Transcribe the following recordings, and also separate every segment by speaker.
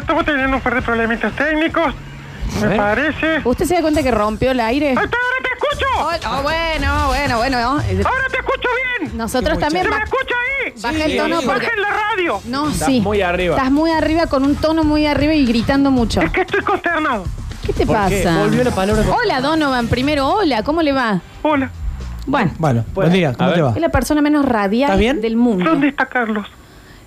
Speaker 1: estamos teniendo un par de problemitas técnicos.
Speaker 2: A
Speaker 1: Me
Speaker 2: ver.
Speaker 1: parece.
Speaker 3: ¿Usted se da cuenta que rompió el aire?
Speaker 1: ¡Ahí está, ahora te escucho!
Speaker 3: Oh, oh, bueno, bueno, bueno. eh,
Speaker 1: ¡Ahora te escucho bien!
Speaker 3: Nosotros también
Speaker 1: ¡Se me
Speaker 3: ba-
Speaker 1: escucha ahí!
Speaker 3: baja el tono
Speaker 2: sí.
Speaker 3: porque...
Speaker 1: ¡Bajen la radio!
Speaker 3: No,
Speaker 2: Estás
Speaker 3: sí.
Speaker 2: muy arriba.
Speaker 3: Estás muy arriba con un tono muy arriba y gritando mucho.
Speaker 1: Es que estoy consternado.
Speaker 3: ¿Qué te
Speaker 2: ¿Por
Speaker 3: pasa?
Speaker 2: qué? Volvió la palabra con-
Speaker 3: Hola, Donovan. Primero, hola, ¿cómo le va?
Speaker 1: Hola,
Speaker 3: Bueno,
Speaker 4: Bueno,
Speaker 2: Bueno,
Speaker 4: buen día,
Speaker 2: a
Speaker 4: ¿cómo
Speaker 2: ver.
Speaker 4: te va?
Speaker 3: es la persona menos radial
Speaker 4: ¿Estás bien?
Speaker 3: del mundo.
Speaker 1: ¿dónde está Carlos?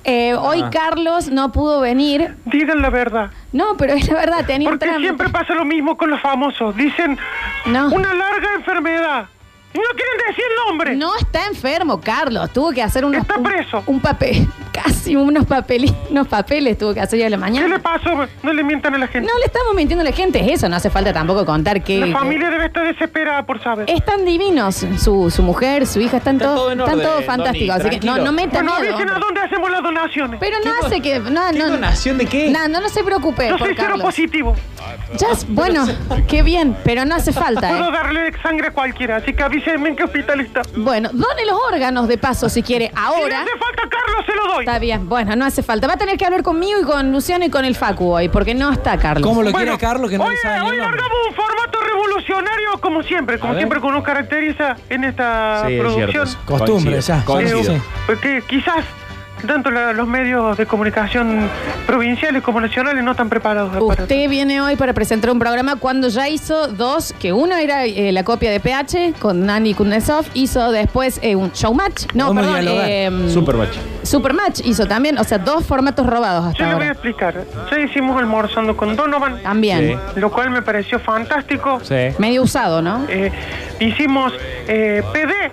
Speaker 3: Eh, hoy Carlos no pudo venir.
Speaker 1: Digan la verdad.
Speaker 3: No, pero es la verdad, tenía un
Speaker 1: Porque
Speaker 3: trámite.
Speaker 1: siempre pasa lo mismo con los famosos. Dicen
Speaker 3: No.
Speaker 1: una larga enfermedad. Y no quieren decir el nombre.
Speaker 3: No está enfermo, Carlos. Tuvo que hacer unos,
Speaker 1: Está
Speaker 3: un-
Speaker 1: preso.
Speaker 3: Un, papel, casi unos papeles, unos papeles tuvo que hacer ya a la
Speaker 1: ¿Qué le
Speaker 3: mañana.
Speaker 1: pasó? No le mientan a la gente.
Speaker 3: No le estamos mintiendo a la gente, es eso, no hace falta tampoco contar que...
Speaker 1: la familia debe estar desesperada por saber.
Speaker 3: Están divinos, su, su mujer, su hija, están
Speaker 2: Está
Speaker 3: todos
Speaker 2: todo en
Speaker 3: están
Speaker 2: orden,
Speaker 3: todos fantásticos.
Speaker 2: Doni,
Speaker 3: Así que no,
Speaker 2: tranquilo.
Speaker 3: no metan
Speaker 1: Bueno,
Speaker 3: miedo.
Speaker 1: Pues avisen a dónde hacemos las donaciones.
Speaker 3: Pero no hace que... No,
Speaker 2: ¿Qué
Speaker 3: no, no,
Speaker 2: donación de qué?
Speaker 3: no, no, no se preocupe.
Speaker 1: Yo
Speaker 3: por
Speaker 1: soy cero
Speaker 3: Carlos.
Speaker 1: positivo.
Speaker 3: Ya es- bueno, qué bien, pero no hace falta.
Speaker 1: Puedo
Speaker 3: ¿eh?
Speaker 1: darle sangre a cualquiera, así que avísenme en qué hospital está.
Speaker 3: Bueno, done los órganos de paso si quiere,
Speaker 1: Si le
Speaker 3: ahora.
Speaker 1: hace falta Carlos, se lo doy.
Speaker 3: Está bien, bueno, no hace falta. Va a tener que hablar conmigo y con Luciano y con el Facu hoy, porque no está Carlos.
Speaker 4: ¿Cómo lo
Speaker 1: Bueno,
Speaker 4: quiere Carlos que no
Speaker 1: hoy,
Speaker 4: le sabe ni
Speaker 1: hoy
Speaker 4: el nombre?
Speaker 1: largamos un formato revolucionario como siempre, como
Speaker 2: ver.
Speaker 1: siempre que nos caracteriza en esta
Speaker 2: Sí, es cierto.
Speaker 1: producción.
Speaker 2: eso.
Speaker 4: Costumbre,
Speaker 2: Coincido,
Speaker 4: ya, ya,
Speaker 2: coincido.
Speaker 4: sí.
Speaker 1: Porque quizás tanto la- los medios de comunicación provinciales como nacionales no están preparados para
Speaker 3: Usted viene hoy para presentar un programa cuando ya hizo dos, que uno era eh, la copia de PH con Nani Kuznetsov, hizo después eh, un showmatch, no,
Speaker 4: Vamos a
Speaker 3: perdón,
Speaker 4: dialogar.
Speaker 3: eh,
Speaker 2: Supermatch.
Speaker 3: Supermatch hizo también, o sea, dos formatos robados
Speaker 1: Yo
Speaker 3: hasta
Speaker 1: le voy a
Speaker 3: ahora. Ah,
Speaker 1: explicar. Ya hicimos almorzando con Donovan,
Speaker 3: También,
Speaker 1: lo cual me pareció fantástico.
Speaker 2: Sí.
Speaker 3: medio usado, ¿no?
Speaker 1: Eh, hicimos eh, PD,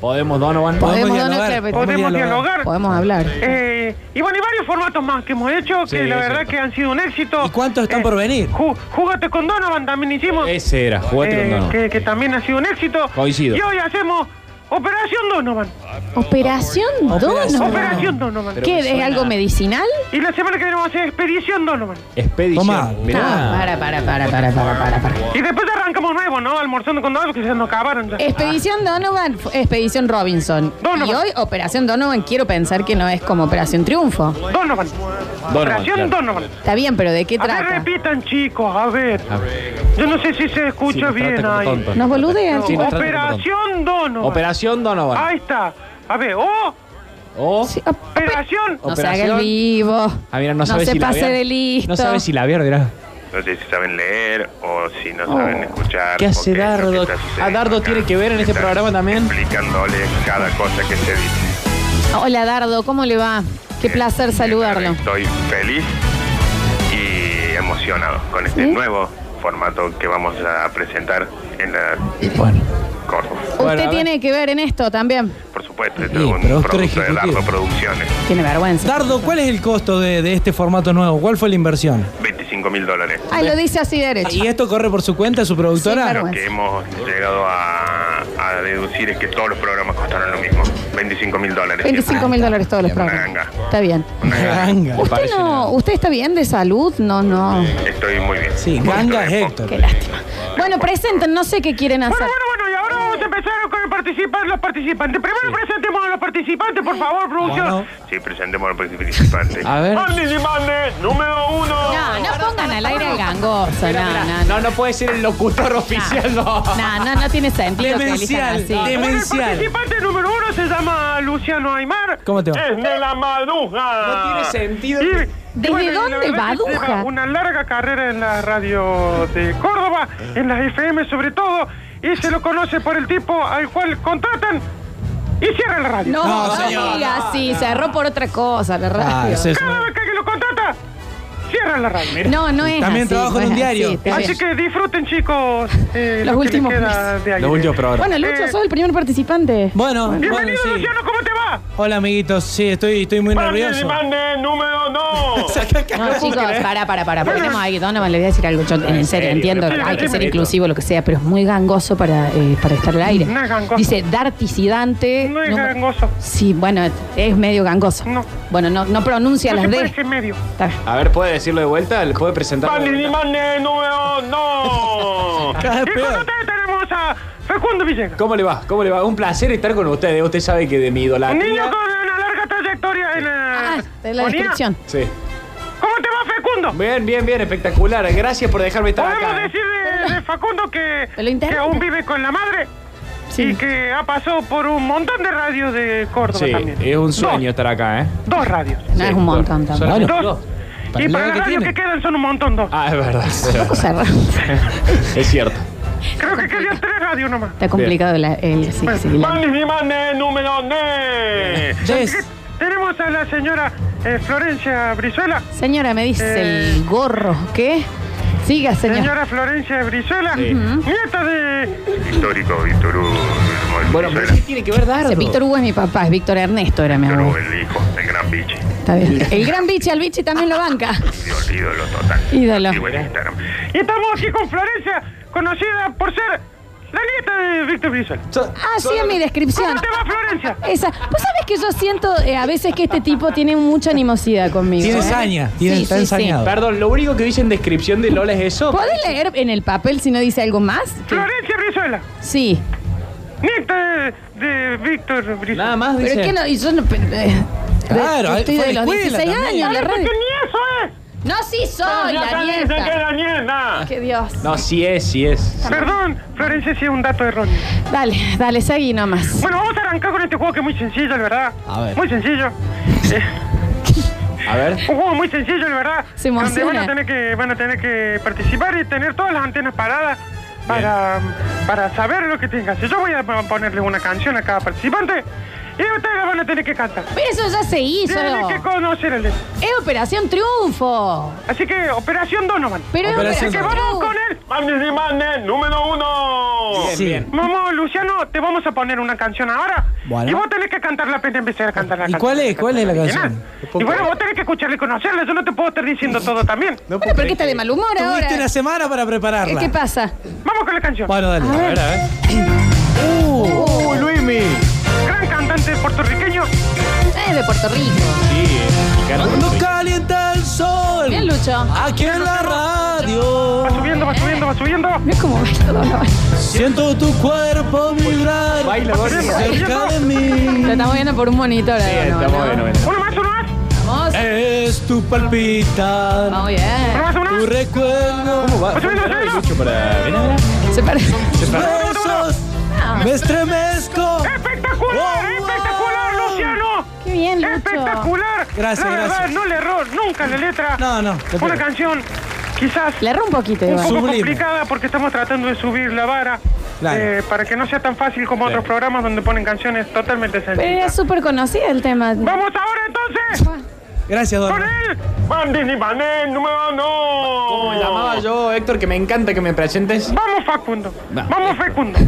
Speaker 2: Podemos Donovan.
Speaker 3: Podemos
Speaker 4: dialogar,
Speaker 3: donar, claro,
Speaker 1: podemos dialogar.
Speaker 3: Podemos hablar.
Speaker 1: Eh, y bueno, y varios formatos más que hemos hecho, que
Speaker 2: Sí,
Speaker 1: la
Speaker 2: es
Speaker 1: verdad
Speaker 2: cierto.
Speaker 1: que han sido un éxito. Eh,
Speaker 4: ¿Y cuántos están por venir?
Speaker 1: Ju- Júgate con Donovan también hicimos.
Speaker 2: Ese era, jugate
Speaker 1: eh,
Speaker 2: con Donovan.
Speaker 1: que, que también ha sido un éxito.
Speaker 2: Coincido.
Speaker 1: Y hoy hacemos Operación Donovan.
Speaker 3: Operación
Speaker 4: Operación.
Speaker 1: Operación
Speaker 3: Dono.
Speaker 1: Donovan.
Speaker 2: Pero
Speaker 3: ¿Qué?
Speaker 2: me
Speaker 3: ¿Es
Speaker 2: suena-
Speaker 3: algo medicinal?
Speaker 1: Y la semana que viene vamos a hacer Expedición Donovan.
Speaker 2: Expedición.
Speaker 4: Tomá.
Speaker 3: Ah,
Speaker 2: Mirá.
Speaker 3: para, para, para, para, para, para, para.
Speaker 1: Y después arrancamos nuevo, ¿no? Almorzando con Donovan, que se nos acabaron ya.
Speaker 3: Eh. Expedición Donovan, f- Expedición Robinson.
Speaker 1: Donovan.
Speaker 3: Y hoy Operación Donovan, quiero pensar que no es como Operación Triunfo.
Speaker 1: Donovan. Operación
Speaker 2: claro.
Speaker 1: Donovan.
Speaker 3: Está bien, pero ¿de qué
Speaker 1: A ver,
Speaker 3: trata?
Speaker 1: repitan, chicos, a ver.
Speaker 2: A ver.
Speaker 1: Yo no sé si se
Speaker 2: Sí,
Speaker 1: escucha
Speaker 2: nos trata
Speaker 1: bien
Speaker 2: como
Speaker 1: ahí.
Speaker 2: tontos.
Speaker 3: Nos boludean.
Speaker 1: No,
Speaker 2: Sí, nos trata como tontos.
Speaker 1: Operación Donovan.
Speaker 2: Operación Donovan.
Speaker 1: Ahí está. A ver, oh,
Speaker 2: O.
Speaker 3: Sí, op-
Speaker 1: operación.
Speaker 3: No se haga
Speaker 2: Operación.
Speaker 3: el vivo.
Speaker 2: Ah, mira, no, sabe
Speaker 3: se
Speaker 2: si la
Speaker 3: pase
Speaker 2: vieron.
Speaker 3: de listo.
Speaker 2: No sabe si la vieron, dirá.
Speaker 5: No sé si saben leer o si no saben escuchar.
Speaker 2: Oh, ¿Qué hace
Speaker 5: porque es lo
Speaker 2: Dardo?
Speaker 5: que está sucediendo
Speaker 2: Ah, Dardo
Speaker 5: acá.
Speaker 2: tiene que ver en este
Speaker 5: Están
Speaker 2: programa también.
Speaker 5: Explicándole cada cosa que se dice.
Speaker 3: Hola, Dardo, ¿cómo le va? Qué placer saludarlo.
Speaker 5: Estoy feliz y emocionado con este
Speaker 3: ¿Sí?
Speaker 5: nuevo formato que vamos a presentar en la
Speaker 2: Bueno.
Speaker 5: Corvo.
Speaker 2: Bueno, a
Speaker 3: Usted
Speaker 2: ver.
Speaker 3: tiene que ver en esto también.
Speaker 5: Por supuesto, esto
Speaker 4: Sí,
Speaker 5: es un
Speaker 4: productor
Speaker 5: producto de
Speaker 4: ejecutivo.
Speaker 5: Dardo Producciones.
Speaker 3: Tiene vergüenza.
Speaker 4: Dardo, ¿cuál es el costo de, de este formato nuevo? ¿Cuál fue la inversión?
Speaker 5: 25 mil dólares.
Speaker 3: Ah, lo dice así derecho.
Speaker 4: ¿Y esto corre por su cuenta, su
Speaker 3: Sin
Speaker 4: productora?
Speaker 3: vergüenza.
Speaker 5: Lo que hemos llegado a, a deducir es que todos los programas costaron lo mismo. 25 mil dólares.
Speaker 3: 25 mil dólares todos los
Speaker 5: Una
Speaker 3: programas.
Speaker 5: ganga.
Speaker 3: Está bien.
Speaker 5: Una ganga.
Speaker 4: Ganga.
Speaker 2: Me
Speaker 3: ¿Usted
Speaker 2: parece una-
Speaker 3: no, usted está bien de salud? No, no.
Speaker 5: Estoy muy bien.
Speaker 4: Sí,
Speaker 5: Muy
Speaker 4: ganga eh. es
Speaker 5: bien.
Speaker 4: Héctor.
Speaker 3: Qué lástima. Bueno, presenten, no sé qué quieren
Speaker 1: Bueno,
Speaker 3: hacer.
Speaker 1: bueno, bueno, y ahora vamos a empezar con el participa- los participantes. Primero presentemos a los participantes, por favor, producción.
Speaker 4: Bueno,
Speaker 5: Sí, presentemos a los participantes.
Speaker 2: A
Speaker 3: Ah.
Speaker 2: ver.
Speaker 1: Participante número uno.
Speaker 3: No, no pongan al aire al gangoso. No, no, no.
Speaker 2: No, no puede ser el locutor oficial, no.
Speaker 3: No, no, no tiene sentido que elijan
Speaker 4: Demencial,
Speaker 3: así.
Speaker 4: dem-
Speaker 1: Bueno, el
Speaker 4: Demencial.
Speaker 1: participante número uno se llama Luciano Aymar.
Speaker 4: ¿Cómo te va?
Speaker 1: Es de la madrugada.
Speaker 2: No tiene sentido.
Speaker 1: Y-
Speaker 2: ¿Desde
Speaker 1: y y la
Speaker 3: Mm, dónde
Speaker 1: verdad que
Speaker 3: baduja?
Speaker 1: lleva Una larga carrera en la radio de Córdoba, en las FM sobre todo, y se lo conoce por el tipo al cual contratan y cierran la radio.
Speaker 3: No,
Speaker 4: No,
Speaker 3: no,
Speaker 4: señor.
Speaker 3: diga así, cerró por otra cosa la
Speaker 4: Ah,
Speaker 3: radio.
Speaker 4: es eso.
Speaker 1: Cada vez que alguien lo contrata, cierran la radio.
Speaker 3: No, no es
Speaker 4: También
Speaker 3: así,
Speaker 4: trabajo
Speaker 3: no
Speaker 4: en
Speaker 3: es
Speaker 4: un
Speaker 3: así,
Speaker 4: diario.
Speaker 3: está
Speaker 1: Así
Speaker 3: bien.
Speaker 1: que disfruten, chicos, eh,
Speaker 3: Los
Speaker 1: lo que les
Speaker 3: últimos
Speaker 1: queda de aire.
Speaker 2: Los últimos programas.
Speaker 3: Bueno, Lucho,
Speaker 1: Eh,
Speaker 3: sos el primer participante.
Speaker 4: Bueno, bueno,
Speaker 1: Bienvenido,
Speaker 4: sí.
Speaker 1: Luciano, ¿cóómo te va?
Speaker 4: Hola, amiguitos. Sí, estoy, estoy muy nervioso.
Speaker 1: mande número no.
Speaker 3: No, chicos, para, para, para. Ponemos ahí. Donovan le voy a decir algo. Yo, en serio, entiendo.
Speaker 1: Sí,
Speaker 3: Hay que
Speaker 1: sí,
Speaker 3: ser
Speaker 1: sí.
Speaker 3: inclusivo, lo que sea, pero es muy gangoso para, eh, para estar al aire.
Speaker 1: No es gangoso.
Speaker 3: Dice darticidante.
Speaker 1: No es
Speaker 3: número-
Speaker 1: gangoso.
Speaker 3: Sí, bueno, es medio gangoso.
Speaker 1: No.
Speaker 3: Bueno, no, no pronuncia
Speaker 1: No se
Speaker 3: las
Speaker 1: puede
Speaker 3: D.
Speaker 1: decir medio.
Speaker 3: Está bien.
Speaker 2: A ver, ¿puede decirlo de vuelta? ¿Le puede presentar? de vuelta?
Speaker 1: mande número no.
Speaker 4: Cada vez
Speaker 1: y con
Speaker 4: peor.
Speaker 1: ustedes tenemos a Facundo Villegas.
Speaker 2: ¿Cómo le va? ¿Cómo le va? Un placer estar con ustedes. Usted sabe que de mi
Speaker 1: Un niño
Speaker 2: idolatría.
Speaker 1: con una larga trayectoria en la...
Speaker 3: Ah, de la
Speaker 1: Ponía.
Speaker 3: descripción.
Speaker 2: Sí.
Speaker 1: ¿Cómo te va, Facundo? Facundo.
Speaker 2: Bien, bien, bien, espectacular. Gracias por dejarme estar
Speaker 1: Podemos
Speaker 2: acá. ¿eh?
Speaker 1: decir de, de Facundo que,
Speaker 3: Pero interrumpe.
Speaker 1: que aún vive con la madre
Speaker 3: Sí.
Speaker 1: y que ha pasado por un montón de radios de Córdoba
Speaker 2: Sí,
Speaker 1: también.
Speaker 2: es un sueño estar acá, ¿eh?
Speaker 1: Dos, dos radios.
Speaker 3: No es un montón
Speaker 2: Son-
Speaker 3: tampoco.
Speaker 4: Bueno.
Speaker 1: Dos.
Speaker 4: Para
Speaker 1: y
Speaker 4: el
Speaker 1: para
Speaker 4: lado
Speaker 1: las
Speaker 4: que
Speaker 1: radios
Speaker 4: tiene.
Speaker 1: que quedan son un montón, dos.
Speaker 2: Ah, es verdad. es verdad.
Speaker 3: Cerra.
Speaker 2: Es cierto.
Speaker 1: Creo que quedan tres radios nomás.
Speaker 3: Está complicado la- el. Sí, sí, la-
Speaker 1: Manis y manes, número
Speaker 2: Eh.
Speaker 1: ne.
Speaker 4: Ya
Speaker 1: Así
Speaker 4: es.
Speaker 1: que Tenemos a la señora eh, Florencia Brizuela.
Speaker 3: Señora, me dice
Speaker 1: Eh.
Speaker 3: el gorro. ¿Qué? Siga, señor.
Speaker 1: Señora Florencia Brizuela,
Speaker 2: Sí.
Speaker 1: nieta de.
Speaker 5: Histórico, Víctor Hugo.
Speaker 2: Bueno, pues
Speaker 5: el
Speaker 2: pero
Speaker 5: Brizuela.
Speaker 2: ¿qué tiene que ver Dardo?
Speaker 3: Dice, Víctor Hugo es mi papá, es Víctor Ernesto era mi
Speaker 5: Víctor Hugo,
Speaker 3: abuelo.
Speaker 5: el hijo, el gran biche.
Speaker 3: Está bien. El gran biche, al biche también lo banca.
Speaker 5: Dios, ídolo total.
Speaker 3: Ídolo.
Speaker 5: Sigo en Instagram.
Speaker 1: Y estamos aquí con Florencia, conocida por ser la nieta de Víctor Brizuela.
Speaker 2: So-
Speaker 3: Ah, sí,
Speaker 2: solo-
Speaker 3: en mi descripción.
Speaker 1: ¿Cómo te va, Florencia?
Speaker 3: Esa. Vos sabés que yo siento eh, a veces que este tipo tiene mucha animosidad conmigo.
Speaker 4: Tiene
Speaker 3: ¿eh?
Speaker 4: saña, tiene- está ensañado.
Speaker 2: Perdón, lo único que dice en descripción de Lola es eso.
Speaker 3: ¿Podés leer en el papel si no dice algo más?
Speaker 1: Florencia Brizuela,
Speaker 3: Sí.
Speaker 1: nieta de, de Víctor Brizuela.
Speaker 2: Nada más
Speaker 3: Pero
Speaker 2: dice.
Speaker 3: es que no, y yo no. eh,
Speaker 4: Claro,
Speaker 3: yo estoy
Speaker 4: fue
Speaker 3: de
Speaker 4: a la
Speaker 3: los
Speaker 4: escuela
Speaker 3: 16
Speaker 4: también.
Speaker 3: años, la
Speaker 1: Porque
Speaker 3: radio.
Speaker 1: ni eso es.
Speaker 3: No, sí soy
Speaker 1: Ya
Speaker 3: la
Speaker 1: sabes que es
Speaker 3: nieta.
Speaker 1: la nieta.
Speaker 3: Que Dios.
Speaker 2: No, sí es, sí es.
Speaker 1: Perdón, Florencia, sí es un dato erróneo.
Speaker 3: Dale, dale, seguí nomás.
Speaker 1: Bueno, vamos a arrancar con este juego que es muy sencillo, la verdad.
Speaker 4: A ver.
Speaker 1: Muy sencillo. Eh,
Speaker 2: A ver.
Speaker 1: Un juego muy sencillo, la verdad.
Speaker 3: Se
Speaker 1: donde
Speaker 3: emociona.
Speaker 1: van a tener que van a tener que participar y tener todas las antenas paradas para, para saber lo que tienen que hacer. Yo voy a ponerle una canción a cada participante y ustedes la van a tener que cantar.
Speaker 3: Pero eso ya se hizo.
Speaker 1: Tienen que conocer el letra.
Speaker 3: Es Operación Triunfo.
Speaker 1: Así que Operación Donovan.
Speaker 3: Pero es
Speaker 4: Operación
Speaker 3: Operación
Speaker 1: Que
Speaker 4: Uh.
Speaker 1: vamos
Speaker 3: Triunfo.
Speaker 1: con el Manes y Manes número uno.
Speaker 2: Bien,
Speaker 4: Sí.
Speaker 2: bien.
Speaker 1: Vamos, Luciano, te vamos a poner una canción ahora.
Speaker 4: Bueno.
Speaker 1: Y vos tenés que cantarla antes de empezar a cantar la
Speaker 4: ¿Y
Speaker 1: canción.
Speaker 4: cuál es? ¿Cuál es la
Speaker 1: original.
Speaker 4: canción?
Speaker 1: Y bueno, vos tenés que escucharla y conocerla. Yo no te puedo estar diciendo todo también.
Speaker 2: No puedo
Speaker 3: Bueno, ¿por qué
Speaker 2: creer
Speaker 3: está
Speaker 2: que-
Speaker 3: de mal humor ahora?
Speaker 4: Tuviste una semana para
Speaker 3: ¿Qué,
Speaker 4: prepararla.
Speaker 3: qué pasa?
Speaker 1: Vamos con la canción.
Speaker 4: Bueno, dale.
Speaker 2: A ver, a ver. ¡Uy, Luismi!
Speaker 1: Gran cantante puertorriqueño.
Speaker 3: Es de Puerto Rico.
Speaker 2: Sí, eh, Ricardo,
Speaker 4: Cuando
Speaker 2: sí.
Speaker 4: calienta el sol.
Speaker 3: Bien, Lucho.
Speaker 2: Ah,
Speaker 4: Aquí en la radio.
Speaker 1: Va subiendo, va subiendo, va subiendo.
Speaker 3: Mira cómo va esto, Dolor.
Speaker 4: Siento tu cuerpo vibrar.
Speaker 2: Baila, Gordi.
Speaker 1: Sí,
Speaker 4: Cerca de mí.
Speaker 3: Lo estamos viendo por un monitor.
Speaker 2: Sí,
Speaker 3: ahora,
Speaker 2: está
Speaker 3: ¿no?
Speaker 2: muy bien, muy bien.
Speaker 1: Uno más, uno más.
Speaker 3: Vamos.
Speaker 4: Es tu palpitar.
Speaker 3: Vamos
Speaker 1: Uno
Speaker 3: bien.
Speaker 1: más, uno
Speaker 4: Tu
Speaker 1: más.
Speaker 4: recuerdo.
Speaker 2: ¿Cómo va?
Speaker 1: Va subiendo,
Speaker 2: ¿Cómo va
Speaker 1: subiendo.
Speaker 2: Lucho para... Ven,
Speaker 3: Se parece.
Speaker 4: Besos. Me estremezco.
Speaker 1: ¡Espectacular!
Speaker 4: Wow.
Speaker 1: ¡Espectacular, Luciano!
Speaker 3: Qué bien, Lucho.
Speaker 1: ¡Espectacular!
Speaker 4: Gracias,
Speaker 1: La verdad,
Speaker 4: gracias.
Speaker 1: no le erró nunca la letra.
Speaker 4: No, no, te
Speaker 1: Una
Speaker 4: pido.
Speaker 1: canción, quizás.
Speaker 3: Le erró un poquito,
Speaker 1: Un
Speaker 3: igual.
Speaker 1: poco
Speaker 4: Sublime.
Speaker 1: complicada porque estamos tratando de subir la vara
Speaker 4: Claro.
Speaker 1: eh, para que no sea tan fácil como otros programas donde ponen canciones totalmente
Speaker 3: Pero era
Speaker 1: sencillas.
Speaker 3: súper conocido el tema.
Speaker 4: Pues.
Speaker 1: Vamos ahora entonces
Speaker 4: Gracias, Don.
Speaker 1: con el Bandis y Manes número no.
Speaker 2: ¿Cómo me llamaba yo, Héctor, que me encanta que me presentes?
Speaker 1: Vamos Facundo,
Speaker 2: Va.
Speaker 1: vamos Facundo. Eh,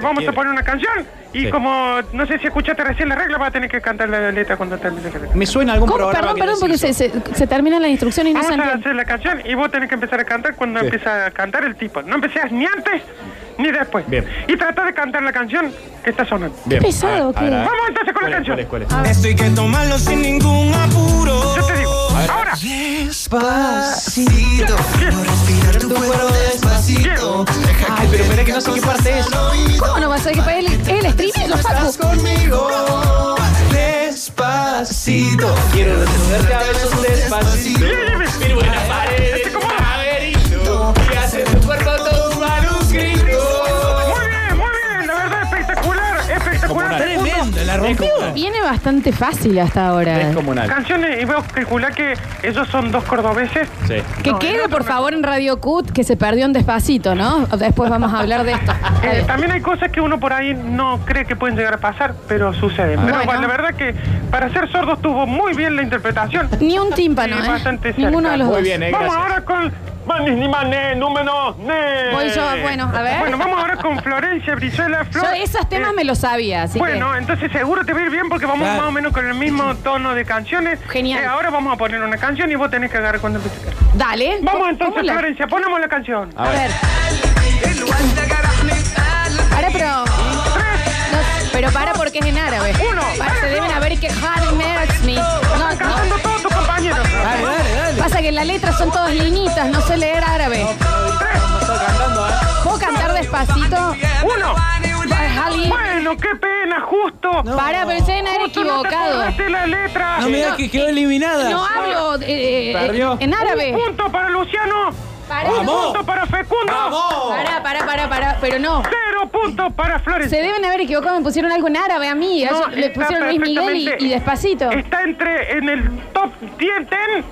Speaker 1: vamos a
Speaker 2: quiere.
Speaker 1: poner una canción y
Speaker 2: Sí.
Speaker 1: como no sé si escuchaste recién la regla, vas a tener que cantar la letra cuando termine la letra.
Speaker 2: Me suena algún
Speaker 3: ¿Cómo?
Speaker 2: programa
Speaker 3: Perdón,
Speaker 2: que
Speaker 3: perdón,
Speaker 2: les hizo.
Speaker 3: porque
Speaker 2: Ah,
Speaker 3: se, se, se terminan las instrucciones y no
Speaker 1: Vamos
Speaker 3: se
Speaker 1: a
Speaker 3: entiende.
Speaker 1: hacer la canción y vos tenés que empezar a cantar cuando
Speaker 2: Sí.
Speaker 1: empieza a cantar el tipo. No empecés ni antes ni después.
Speaker 2: Bien.
Speaker 1: Y trata de cantar la canción que está sonando.
Speaker 2: Bien.
Speaker 3: Qué pesado,
Speaker 2: A ver, a
Speaker 3: ¿qué?
Speaker 2: ver, a ver.
Speaker 1: Vamos entonces con la
Speaker 2: ¿Cuál es,
Speaker 1: canción.
Speaker 2: cuál es, cuál es?
Speaker 6: Esto hay que tomarlo sin ningún apuro.
Speaker 1: Yo te digo, ahora,
Speaker 6: Despacito, quiero respirar tu cuerpo despacito. Deja
Speaker 2: Ay, pero espera que no sé qué parte es.
Speaker 3: ¿Cómo no vas a ver? Es el, el streaming,
Speaker 6: estás
Speaker 3: Facu.
Speaker 6: conmigo. Despacito,
Speaker 2: Quiero desnudarte a besos despacito.
Speaker 1: sígueme.
Speaker 2: Piruela pared,
Speaker 1: ¿Cómo?
Speaker 2: laberinto. Y hacer tu cuerpo todo un manuscrito.
Speaker 1: Muy bien, muy bien, la verdad espectacular, espectacular. Segundo,
Speaker 4: Tremendo, la rompió.
Speaker 3: Viene bastante fácil hasta ahora.
Speaker 2: Descomunal.
Speaker 1: Canciones, y vos calculás que ellos son dos cordobeses.
Speaker 2: Sí.
Speaker 3: Que
Speaker 1: No, el
Speaker 3: quede,
Speaker 1: otro
Speaker 3: por
Speaker 1: no.
Speaker 3: favor, en Radio Cut, que se perdió un despacito, ¿no? Después vamos a hablar de esto.
Speaker 1: Eh,
Speaker 3: Dale.
Speaker 1: también hay cosas que uno por ahí no cree que pueden llegar a pasar, pero suceden. Pero
Speaker 3: Ah. Bueno.
Speaker 1: bueno, la verdad que para ser sordos tuvo muy bien la interpretación.
Speaker 3: Ni un tímpano,
Speaker 1: Sí, bastante
Speaker 3: ¿eh?
Speaker 1: cerca.
Speaker 3: Ninguno de los
Speaker 2: Muy
Speaker 3: dos.
Speaker 2: bien, eh,
Speaker 1: Vamos
Speaker 2: gracias.
Speaker 1: ahora con Manis ni Mané, número ne.
Speaker 3: Voy yo, bueno, a ver.
Speaker 1: Bueno, vamos ahora con Florencia Brizuela.
Speaker 3: Yo
Speaker 1: Flor,
Speaker 3: esos temas
Speaker 1: eh,
Speaker 3: me los sabía, así
Speaker 1: bueno, entonces seguro te va a ir bien porque vamos
Speaker 4: Claro.
Speaker 1: más o menos con el mismo tono de canciones.
Speaker 3: Genial.
Speaker 1: Eh, ahora vamos a poner una canción y vos tenés que agarrar cuando empieces.
Speaker 3: que. Dale.
Speaker 1: Vamos
Speaker 3: ¿Cómo-
Speaker 1: entonces,
Speaker 3: cómo la- Ah.
Speaker 1: Florencia, ponemos la canción.
Speaker 3: A ver. Ahora, pero. No, pero para porque es en árabe.
Speaker 1: Uno,
Speaker 3: Para, se
Speaker 1: dale,
Speaker 3: deben
Speaker 1: no.
Speaker 3: haber quejado Merksmith. No,
Speaker 1: Cantando
Speaker 3: no.
Speaker 1: todos tus compañeros.
Speaker 4: Dale, dale, dale.
Speaker 3: Pasa que en la letra son todas linitas, no sé leer árabe.
Speaker 1: Tres,
Speaker 3: ¿Puedo cantar despacito?
Speaker 1: uno.
Speaker 3: Ay, Ali.
Speaker 1: Bueno, Marcelo, qué pena, justo.
Speaker 4: No.
Speaker 3: Para, pero ese era
Speaker 1: Justo no te
Speaker 3: equivocado.
Speaker 1: acordaste la letra.
Speaker 4: No me digas que quedó eliminada.
Speaker 3: No hablo eh, eh,
Speaker 4: Perdió.
Speaker 3: en árabe.
Speaker 1: Un punto para Luciano.
Speaker 3: Pará.
Speaker 1: Un punto para Fecundo.
Speaker 3: Pará, pará, pará, pará. Pero no.
Speaker 1: Cero puntos para Flores.
Speaker 3: Se deben haber equivocado, me pusieron algo en árabe a mí.
Speaker 1: No,
Speaker 3: Ayer le
Speaker 1: está
Speaker 3: pusieron Luis Miguel y,
Speaker 1: perfectamente- Eh.
Speaker 3: y despacito.
Speaker 1: Está entre en el top 10, 10,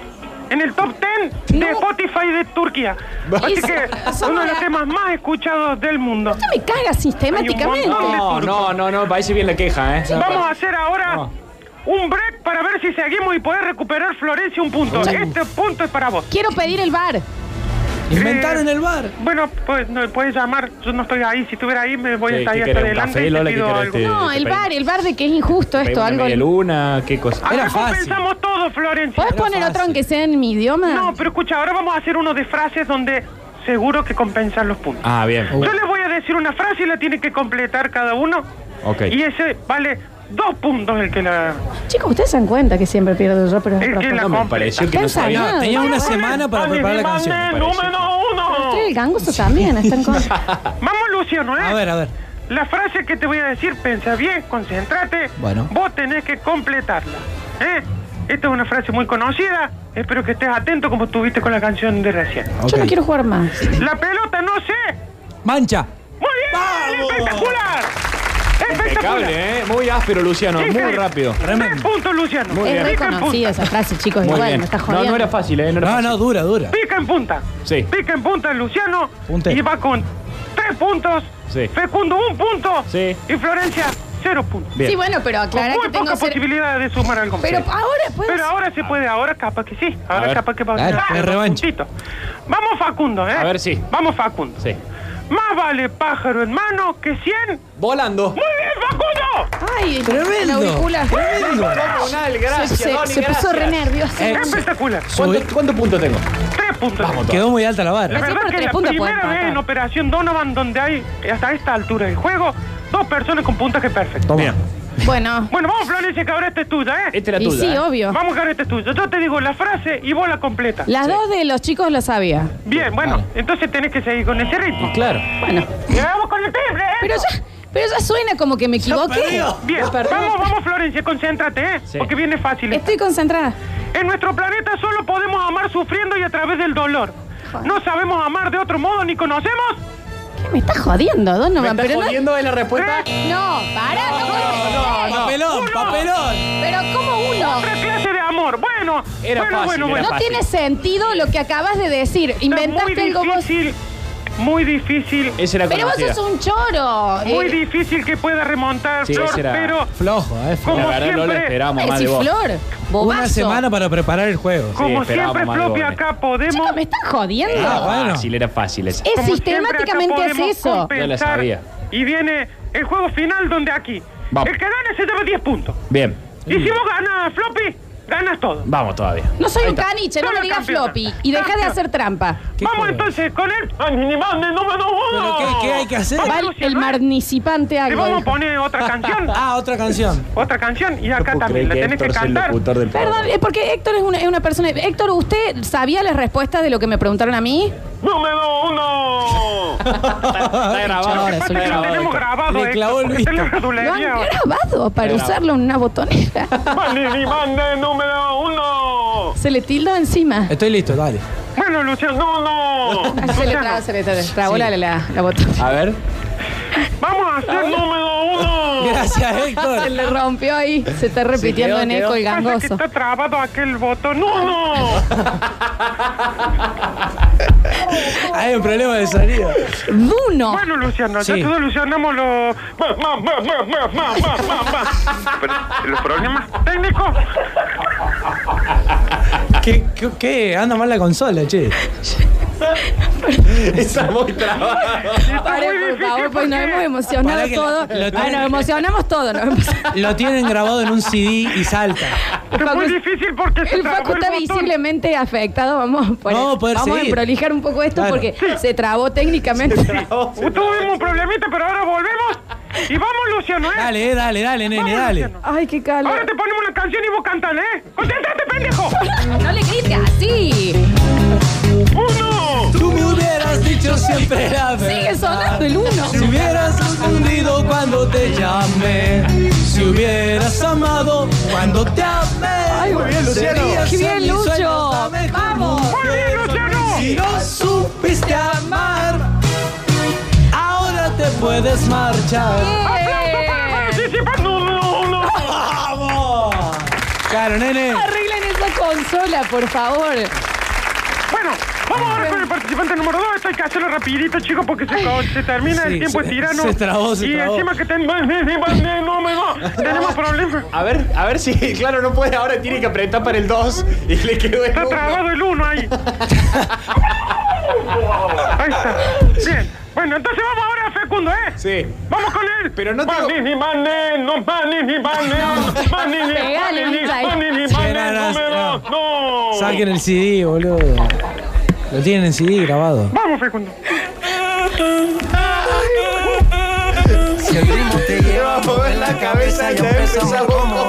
Speaker 1: en el top 10 de
Speaker 3: No.
Speaker 1: Spotify de Turquía. Así
Speaker 3: Eso-
Speaker 1: que
Speaker 3: eso
Speaker 1: uno
Speaker 3: no
Speaker 1: de los
Speaker 3: era-
Speaker 1: temas más escuchados del mundo.
Speaker 3: Esto me caga sistemáticamente.
Speaker 1: Hay un montón de-
Speaker 7: No, no, no, no, parece bien la queja, ¿eh?
Speaker 1: Vamos a hacer ahora
Speaker 7: No.
Speaker 1: un break para ver si seguimos y poder recuperar Florencia un punto. Este punto es para vos.
Speaker 3: Quiero pedir el bar.
Speaker 7: Eh,
Speaker 4: Inventaron el bar.
Speaker 1: Bueno, pues no, puedes llamar. Yo no estoy ahí. Si estuviera ahí, me voy a
Speaker 7: ¿Qué-
Speaker 1: estar
Speaker 7: qué
Speaker 1: ahí hasta
Speaker 7: querés, un
Speaker 1: adelante.
Speaker 7: café,
Speaker 1: y te
Speaker 7: Lola? ¿Qué
Speaker 1: pido
Speaker 7: querés,
Speaker 1: algo.
Speaker 7: te-
Speaker 3: No,
Speaker 7: te
Speaker 3: el
Speaker 7: pedí-
Speaker 3: bar, el bar de que es injusto
Speaker 7: Pedí
Speaker 3: esto.
Speaker 7: una
Speaker 3: Algo.
Speaker 7: media luna, qué cosa.
Speaker 1: Acá
Speaker 4: Era fácil.
Speaker 1: compensamos todo, Florencia.
Speaker 3: ¿Puedes
Speaker 4: Era
Speaker 3: poner otro
Speaker 4: fácil.
Speaker 3: aunque sea en mi idioma?
Speaker 1: No, pero escucha, ahora vamos a hacer uno de frases donde seguro que compensan los puntos.
Speaker 7: Ah, bien.
Speaker 1: Yo les voy a decir una frase y la tienen que completar cada uno.
Speaker 7: Ok.
Speaker 1: Y ese vale dos puntos el que la,
Speaker 3: Chicos, ustedes se dan cuenta que siempre pierdo yo, pero.
Speaker 1: el que la
Speaker 7: No me
Speaker 1: completa.
Speaker 7: pareció que no
Speaker 3: Pensa,
Speaker 7: sabía.
Speaker 3: no.
Speaker 4: Tenía una semana para
Speaker 1: Vale,
Speaker 4: preparar la
Speaker 1: mande
Speaker 4: canción. me parece.
Speaker 1: número uno.
Speaker 3: Ustedes, el gangoso también están con.
Speaker 1: Vamos, Luciano, ¿eh?
Speaker 4: A ver, a ver.
Speaker 1: La frase que te voy a decir, piensa bien, concéntrate.
Speaker 4: Bueno.
Speaker 1: Vos tenés que completarla. ¿eh? Esta es una frase muy conocida. Espero que estés atento como estuviste con la canción de recién.
Speaker 3: Yo no
Speaker 4: Ok.
Speaker 3: quiero jugar más.
Speaker 1: La pelota no sé.
Speaker 4: Mancha.
Speaker 1: ¡Muy bien! ¡Espectacular! ¡Espectacular!
Speaker 7: Impecable, ¿eh? Muy áspero, Luciano,
Speaker 1: Sí,
Speaker 7: muy
Speaker 1: sí.
Speaker 7: rápido.
Speaker 1: Tres
Speaker 4: Tremendo.
Speaker 1: puntos, Luciano.
Speaker 7: Muy
Speaker 3: Es
Speaker 7: bien.
Speaker 1: Pica en
Speaker 3: reconocida
Speaker 1: punta.
Speaker 3: esa frase, chicos,
Speaker 7: Muy
Speaker 3: igual,
Speaker 7: bien.
Speaker 3: me está
Speaker 7: No,
Speaker 3: jodiendo.
Speaker 7: no era fácil, ¿eh? No era
Speaker 4: No,
Speaker 7: fácil.
Speaker 4: no, dura, dura.
Speaker 1: Pica en punta.
Speaker 7: Sí.
Speaker 1: Pica en punta, Luciano.
Speaker 4: Punte.
Speaker 1: Y va con tres puntos.
Speaker 7: Sí.
Speaker 1: Fecundo, un punto.
Speaker 7: Sí.
Speaker 1: Y Florencia, cero puntos.
Speaker 7: Bien.
Speaker 3: Sí, bueno, pero
Speaker 1: Con
Speaker 3: aclara
Speaker 1: muy
Speaker 3: que tengo
Speaker 1: pocas
Speaker 3: ser-
Speaker 1: posibilidades de sumar algo.
Speaker 3: Pero
Speaker 1: Sí.
Speaker 3: ahora puedo.
Speaker 1: Pero ahora se puede, ahora capaz que sí. Ahora
Speaker 7: ver. pues,
Speaker 1: capaz que va
Speaker 4: Claro,
Speaker 1: Ah,
Speaker 4: fue revancha.
Speaker 1: puntito. Vamos Facundo, ¿eh?
Speaker 7: A ver, sí.
Speaker 1: Vamos Facundo.
Speaker 7: Sí.
Speaker 1: Más vale pájaro en mano que cien.
Speaker 7: Volando.
Speaker 1: ¡Muy bien, Facundo!
Speaker 3: Ay,
Speaker 4: Tremendo.
Speaker 3: la auricular.
Speaker 4: Tremendo.
Speaker 7: Comunal,
Speaker 3: Se, se- se puso re nervioso.
Speaker 4: Eh,
Speaker 1: Espectacular.
Speaker 4: Sube-
Speaker 7: ¿Cuántos puntos tengo?
Speaker 1: Tres puntos.
Speaker 7: Vamos,
Speaker 4: Quedó muy alta la vara.
Speaker 1: La
Speaker 3: Recién
Speaker 1: verdad
Speaker 3: por
Speaker 1: que
Speaker 3: tres
Speaker 1: es la
Speaker 3: puntos
Speaker 1: primera
Speaker 3: pueden
Speaker 1: vez en
Speaker 3: empatar.
Speaker 1: Operación Donovan donde hay, hasta esta altura del juego, dos personas con puntaje perfecto.
Speaker 4: Toma.
Speaker 7: Bien.
Speaker 3: Bueno,
Speaker 1: Bueno, vamos, Florencia, que ahora esta es tuya, ¿eh?
Speaker 7: Esta era
Speaker 3: y
Speaker 7: tuya.
Speaker 3: sí,
Speaker 7: ¿eh?
Speaker 3: obvio.
Speaker 1: Vamos, que ahora esta es tuya. Yo te digo la frase y vos la completas.
Speaker 3: Las dos de los chicos lo sabía.
Speaker 1: Bien, bueno, entonces tenés que seguir con ese ritmo.
Speaker 7: Y claro.
Speaker 3: Bueno,
Speaker 1: Llegamos con el timbre, ¿eh?
Speaker 3: pero ya, pero ya suena como que me equivoqué.
Speaker 4: perdió.
Speaker 1: Bien,
Speaker 7: perdí.
Speaker 1: vamos, vamos, Florencia, concéntrate, ¿eh?
Speaker 7: Sí.
Speaker 1: Porque viene fácil.
Speaker 3: Estoy concentrada.
Speaker 1: En nuestro planeta solo podemos amar sufriendo y a través del dolor. No sabemos amar de otro modo ni conocemos.
Speaker 3: ¿Qué me estás jodiendo,
Speaker 7: Me
Speaker 3: Donovan?
Speaker 7: estás
Speaker 3: Pero no,
Speaker 7: jodiendo de la respuesta.
Speaker 3: no, pará, Ah, no,
Speaker 7: no, no.
Speaker 4: Papelón, papelón.
Speaker 3: Pero como uno.
Speaker 1: Otra clase de amor. Bueno,
Speaker 7: Era
Speaker 1: bueno,
Speaker 7: fácil,
Speaker 1: bueno,
Speaker 7: era
Speaker 1: bueno.
Speaker 3: No
Speaker 7: fácil.
Speaker 3: tiene sentido lo que acabas de decir.
Speaker 1: Está
Speaker 3: Inventaste algo
Speaker 1: muy
Speaker 3: vos.
Speaker 1: difícil, muy difícil,
Speaker 7: Esa era
Speaker 3: Pero vos
Speaker 7: conocida.
Speaker 3: sos un choro.
Speaker 1: muy
Speaker 3: Eh,
Speaker 1: difícil que pueda remontar,
Speaker 7: Sí,
Speaker 1: Flor,
Speaker 7: ese era-
Speaker 1: pero
Speaker 4: Flojo, eh. flojo.
Speaker 1: como
Speaker 7: La verdad, no lo
Speaker 1: siempre-
Speaker 7: esperamos
Speaker 3: ay,
Speaker 7: más
Speaker 3: si
Speaker 7: de vos.
Speaker 3: flor. Bobazo.
Speaker 4: Una semana para preparar el juego.
Speaker 1: como
Speaker 7: esperábamos
Speaker 1: siempre,
Speaker 7: más de
Speaker 1: Floppy,
Speaker 7: vos,
Speaker 1: acá podemos...
Speaker 3: Chicos, me están jodiendo.
Speaker 4: Ah, bueno.
Speaker 7: Fácil, era fácil esa.
Speaker 3: es
Speaker 1: como siempre, acá
Speaker 3: sistemáticamente hace
Speaker 1: podemos
Speaker 3: eso.
Speaker 1: compensar.
Speaker 7: Ya la sabía.
Speaker 1: Y viene el juego final donde aquí,
Speaker 7: Vamos.
Speaker 1: el que gana se lleva 10 puntos.
Speaker 7: Bien.
Speaker 1: Y si vos ganas, Floppy, ganas todo.
Speaker 7: Vamos todavía.
Speaker 3: No soy
Speaker 7: Ahí
Speaker 3: un
Speaker 7: está.
Speaker 3: caniche, no
Speaker 1: Soy
Speaker 3: me
Speaker 1: el
Speaker 3: digas
Speaker 1: campeón.
Speaker 3: floppy. Y deja de
Speaker 1: Campeón.
Speaker 3: hacer trampa.
Speaker 4: ¿Qué
Speaker 1: Vamos
Speaker 4: juego?
Speaker 1: entonces con el animante número uno.
Speaker 4: ¿Pero qué- qué hay que hacer?
Speaker 1: Vamos,
Speaker 3: Va el,
Speaker 1: Luciano,
Speaker 3: el
Speaker 1: ¿eh?
Speaker 3: marnicipante
Speaker 1: Te
Speaker 3: algo.
Speaker 1: vamos a
Speaker 3: dijo.
Speaker 1: poner otra canción.
Speaker 4: Ah, otra canción.
Speaker 1: Otra canción y
Speaker 7: No
Speaker 1: acá
Speaker 7: puedo
Speaker 1: también la
Speaker 7: creer
Speaker 1: tenés que
Speaker 7: Héctor es el
Speaker 1: cantar.
Speaker 7: locutor del programa.
Speaker 3: Perdón, eh, porque Héctor es una, es una persona. Héctor, ¿usted sabía las respuestas de lo que me preguntaron a mí?
Speaker 1: ¡Número uno! Ah,
Speaker 7: Está grabado.
Speaker 4: Ahora,
Speaker 7: Está
Speaker 1: Pasa que lo
Speaker 7: grabado, Héctor.
Speaker 1: tenemos grabado,
Speaker 4: Le
Speaker 1: eh.
Speaker 4: clavó el
Speaker 1: Está en la
Speaker 4: visto.
Speaker 3: Lo
Speaker 1: verdulería.
Speaker 3: han grabado para
Speaker 7: Grabado.
Speaker 3: usarlo en una botonera.
Speaker 1: Manini Mande número uno.
Speaker 3: Se le tildó encima.
Speaker 4: Estoy listo, dale.
Speaker 1: Bueno, Luciano, no, no.
Speaker 3: Ah, Se le
Speaker 1: Luciano,
Speaker 3: traba, se le traba, trabó la, la, la botonera.
Speaker 7: A ver.
Speaker 1: vamos a hacer número uno.
Speaker 4: Gracias,
Speaker 3: Se
Speaker 4: Héctor.
Speaker 3: le rompió ahí. Se está repitiendo
Speaker 7: quedó,
Speaker 3: en
Speaker 7: quedó.
Speaker 3: eco el
Speaker 1: Pasa que
Speaker 3: gangoso.
Speaker 1: está trabado aquel botón. ¡Uno!
Speaker 4: Hay un problema de sonido.
Speaker 3: Duno.
Speaker 1: Bueno, Luciano, ya
Speaker 4: Sí.
Speaker 1: te solucionamos los... ma, ma, ma, ma, ma, ma, ma, ma, ma.
Speaker 5: Pero los problemas
Speaker 1: ¿Técnico?
Speaker 4: ¿Qué, qué, qué? Anda mal la consola, che.
Speaker 7: Está muy trabado.
Speaker 1: Está
Speaker 3: Pare,
Speaker 1: muy
Speaker 3: por
Speaker 1: difícil
Speaker 3: favor, pues nos
Speaker 1: porque-
Speaker 3: hemos emocionado
Speaker 4: Pará que
Speaker 3: todo.
Speaker 4: lo- lo
Speaker 3: Ah, nos emocionamos todo. nos emocionamos.
Speaker 4: Lo tienen grabado en un CD y salta.
Speaker 1: Es muy difícil porque se
Speaker 3: El Paco
Speaker 1: trabó
Speaker 3: está
Speaker 1: el botón.
Speaker 3: visiblemente afectado. Vamos, por
Speaker 4: Vamos a poder
Speaker 3: vamos a
Speaker 4: seguir.
Speaker 3: prolijar un poco esto
Speaker 4: Claro.
Speaker 3: porque se trabó técnicamente.
Speaker 1: Uh, Tuvimos un problemita, pero ahora volvemos. Y vamos, Luciano, ¿eh?
Speaker 4: Dale, eh, dale, dale, nene,
Speaker 1: Vamos,
Speaker 4: dale.
Speaker 1: Luciano.
Speaker 3: Ay, qué calor.
Speaker 1: Ahora te ponemos una canción y vos cantale, ¿eh? ¡Concéntrate, pendejo!
Speaker 3: No le grites así.
Speaker 1: ¡Uno!
Speaker 4: Tú me hubieras hubieras dicho siempre la
Speaker 3: Sigue
Speaker 4: verdad.
Speaker 3: sonando el uno.
Speaker 4: Si hubieras confundido cuando te llamé, si hubieras amado cuando te amé. Ay,
Speaker 7: muy bien, Luciano.
Speaker 3: Qué bien, Lucho. Vamos.
Speaker 1: Muy bien, Luciano.
Speaker 4: Si no supiste amar, ahora te puedes marchar.
Speaker 1: ¡Aplauso
Speaker 3: Eh.
Speaker 1: para participar! ¡No, no, no!
Speaker 4: ¡Vamos! Claro, nene.
Speaker 3: Arreglen esa consola, por favor.
Speaker 1: Bueno, vamos ahora con el participante número 2. Esto hay que hacerlo rapidito, chicos, porque se, co- se termina
Speaker 4: Sí,
Speaker 1: el tiempo
Speaker 4: se-
Speaker 1: de tirano.
Speaker 4: se trabó, se
Speaker 1: y
Speaker 4: trabó.
Speaker 1: encima que ten... no, no, no, tenemos problemas.
Speaker 7: A ver, a ver si, claro, no puede. Ahora tiene que apretar para el 2 y le quedó el
Speaker 1: Está
Speaker 7: uno.
Speaker 1: trabado el 1 ahí. ahí está. Bien. Bueno, entonces vamos ahora a Fecundo, ¿eh?
Speaker 7: Sí.
Speaker 1: Vamos con él.
Speaker 7: Pero no tengo-
Speaker 1: Manini, mané, no, manini, mané, manini,
Speaker 3: Pegale,
Speaker 1: manini,
Speaker 3: Mitzai.
Speaker 1: manini,
Speaker 4: Sí,
Speaker 1: mané,
Speaker 4: no, no,
Speaker 1: número- no.
Speaker 4: Saquen el CD, boludo. Lo tienen en CD grabado.
Speaker 1: Vamos, Fecundo.
Speaker 6: Si el ritmo te lleva a mover la cabeza ya empezamos como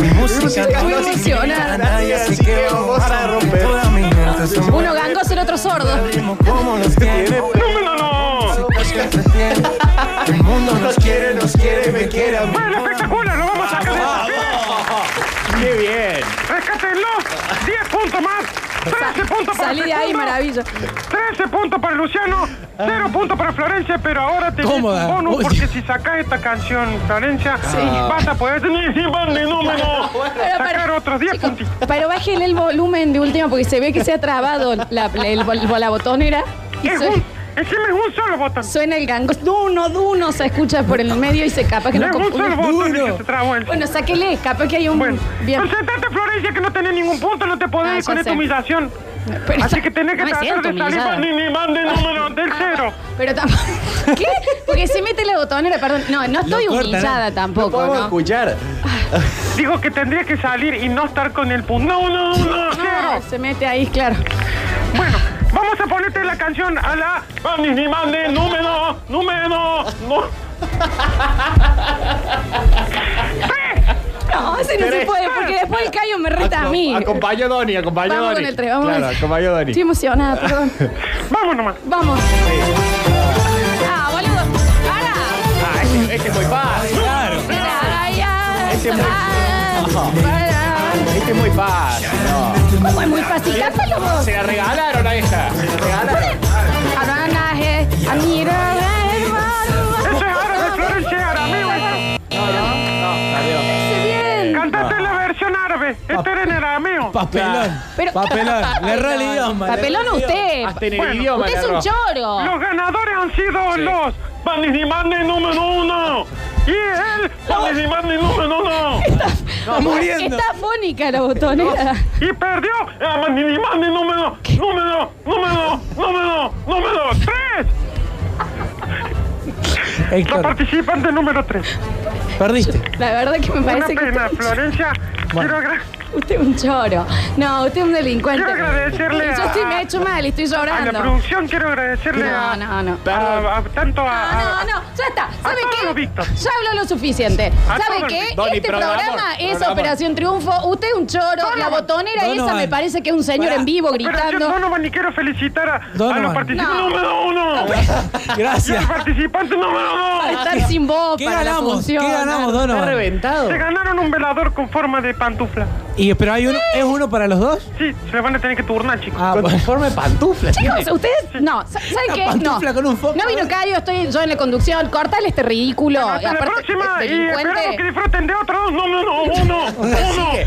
Speaker 6: Mi música
Speaker 7: Estoy
Speaker 6: no
Speaker 3: emocionada.
Speaker 6: a nadie así que vamos a romper Toda mi gente se mueve
Speaker 3: Uno gangoso, el otro sordo.
Speaker 6: ritmo como los tiene
Speaker 1: Número no.
Speaker 6: los que se tiene. El mundo nos quiere, nos quiere, me quiere a mí
Speaker 1: Bueno, espectacular, lo vamos a sacar de esta fila.
Speaker 7: ¡Qué bien!
Speaker 1: Rescátenlo. 10 puntos más. 13 puntos para
Speaker 3: Pues Salí de ahí, Ah.
Speaker 1: Fecundo.
Speaker 3: maravilla.
Speaker 1: 13 puntos para Luciano, 0 puntos para Florencia, pero ahora te meto
Speaker 4: Cómoda.
Speaker 1: un bonus
Speaker 4: Uy.
Speaker 1: porque si sacas esta canción, Florencia, vas a poder tener sin par de número.
Speaker 3: Pero para-
Speaker 1: Sacar otros 10
Speaker 3: Chicos,
Speaker 1: puntitos.
Speaker 3: Pero bajen el volumen de última porque se ve que se ha trabado la, la- el, bol- la botonera. Y
Speaker 1: Es
Speaker 3: sue-
Speaker 1: un, encima es un solo botón.
Speaker 3: suena el gangoso. Duno, duno se escucha por el medio y se capaz que no
Speaker 1: es un solo
Speaker 3: confunde.
Speaker 1: botón el
Speaker 4: duro.
Speaker 1: que se trabó el.
Speaker 3: Bueno, sáquele, capaz que hay un.
Speaker 1: Bueno,
Speaker 3: bien.
Speaker 1: concentrate Florencia que no tenés ningún punto, no te podés
Speaker 3: Ah,
Speaker 1: ir con
Speaker 3: ya
Speaker 1: esta
Speaker 3: sé.
Speaker 1: humillación.
Speaker 3: Pero-
Speaker 1: Así que tenés que
Speaker 3: No me
Speaker 1: tratar
Speaker 3: siento Ah,
Speaker 1: de salir
Speaker 3: humillada.
Speaker 1: más ni ni más de número del cero.
Speaker 3: Pero tampoco. ¿Qué? Porque se mete la botonera, perdón. No, no estoy
Speaker 4: corta,
Speaker 3: humillada
Speaker 7: No
Speaker 3: tampoco,
Speaker 7: podemos
Speaker 3: ¿no?
Speaker 7: escuchar.
Speaker 1: Digo que tendría que salir y no estar con el punto. No, no, no, cero.
Speaker 3: No, Ah, se mete ahí, claro.
Speaker 1: Bueno, vamos a ponerte la canción a la Mani ni mande número, número, no.
Speaker 3: No, ese no se
Speaker 7: Tres.
Speaker 3: puede, porque después el callo me reta a
Speaker 7: Acom-
Speaker 3: mí.
Speaker 7: Acompaña a Doni, acompaña a
Speaker 3: Vamos
Speaker 7: Doni.
Speaker 3: con el tres, vamos.
Speaker 7: Claro, acompaña a Doni.
Speaker 3: Estoy emocionada, perdón.
Speaker 1: Vamos nomás.
Speaker 3: Vamos. Ah, boludo. Para.
Speaker 7: Ah, este, este es muy fácil. Claro.
Speaker 3: Para, ya.
Speaker 7: Ese es muy-
Speaker 3: Para.
Speaker 7: Este es muy fácil. No.
Speaker 3: ¿Cómo es muy fácil? Cántalo vos.
Speaker 7: Se la regalaron a esta. Se la regalaron.
Speaker 3: Aranaje, amira, hermano.
Speaker 1: Eso es árabe, Florencia, arameo.
Speaker 7: No, adiós.
Speaker 3: Bien.
Speaker 1: Cantate la versión árabe. Este era en arameo.
Speaker 4: Papelón.
Speaker 3: Pero-
Speaker 4: Papelón. Le erré el
Speaker 3: Papelón.
Speaker 4: idioma.
Speaker 3: Papelón usted.
Speaker 7: Hasta en el
Speaker 1: Bueno,
Speaker 7: idioma.
Speaker 3: Usted es
Speaker 7: le
Speaker 3: un
Speaker 7: erró.
Speaker 3: choro.
Speaker 1: Los ganadores han sido los Mani ni mande número uno. Y él, Mani ni mande número uno.
Speaker 4: Está muriendo.
Speaker 3: Está fónica la botonera.
Speaker 1: Y perdió a Mani ni mande número, número, número, número, número tres. La
Speaker 4: Héctor,
Speaker 1: participante número tres.
Speaker 4: perdiste.
Speaker 3: La verdad que me
Speaker 1: Una
Speaker 3: parece que
Speaker 1: pena,
Speaker 3: usted,
Speaker 1: Florencia. Quiero agra-
Speaker 3: usted es un choro. No, usted es un delincuente.
Speaker 1: Quiero agradecerle
Speaker 3: Yo estoy,
Speaker 1: a-
Speaker 3: me he hecho mal y estoy
Speaker 1: a la
Speaker 3: llorando.
Speaker 1: producción, quiero agradecerle
Speaker 3: No,
Speaker 1: a,
Speaker 3: no, no.
Speaker 1: a- a- tanto a, a-
Speaker 3: No, no, no, ya está. ¿Sabe
Speaker 1: todos los
Speaker 3: qué?
Speaker 1: Víctor.
Speaker 3: Ya habló lo suficiente. ¿Sabe
Speaker 1: todos
Speaker 3: qué?
Speaker 7: los- Doni,
Speaker 3: este
Speaker 7: programa,
Speaker 3: programa es
Speaker 7: programa.
Speaker 3: Operación Triunfo. Usted es un choro. La botonera
Speaker 4: Donovan.
Speaker 3: esa me parece que es un señor en vivo
Speaker 1: Pero yo
Speaker 3: gritando.
Speaker 1: Donovan y quiero felicitar a, a
Speaker 4: Donovan.
Speaker 1: los participantes
Speaker 3: No.
Speaker 1: número uno. Y
Speaker 4: Gracias.
Speaker 1: al participante número dos.
Speaker 3: Estar sin voz
Speaker 4: ¿Qué
Speaker 3: para la
Speaker 4: ganamos? ¿Qué
Speaker 3: función.
Speaker 4: ganamos,
Speaker 7: Está
Speaker 4: Donovan?
Speaker 7: reventado.
Speaker 1: Se ganaron un velador con forma de pantufla.
Speaker 4: Y, pero hay uno, ¿es uno para los dos?
Speaker 1: Sí, se le van a tener que turnar, chicos.
Speaker 4: Ah,
Speaker 7: Con
Speaker 4: bueno.
Speaker 7: uniforme pantufla.
Speaker 3: Chicos, ustedes no, ¿sa- ¿saben
Speaker 4: Una
Speaker 3: qué?
Speaker 4: pantufla
Speaker 3: no.
Speaker 4: con un foco. ¿eh?
Speaker 3: no vino Cayo, estoy yo en la conducción. Cortale este ridículo.
Speaker 1: Hasta la
Speaker 3: Aparte, eh,
Speaker 1: próxima
Speaker 3: es
Speaker 1: y esperamos que
Speaker 3: delincuente.
Speaker 1: disfruten de otro. No, no, no, uno, uno,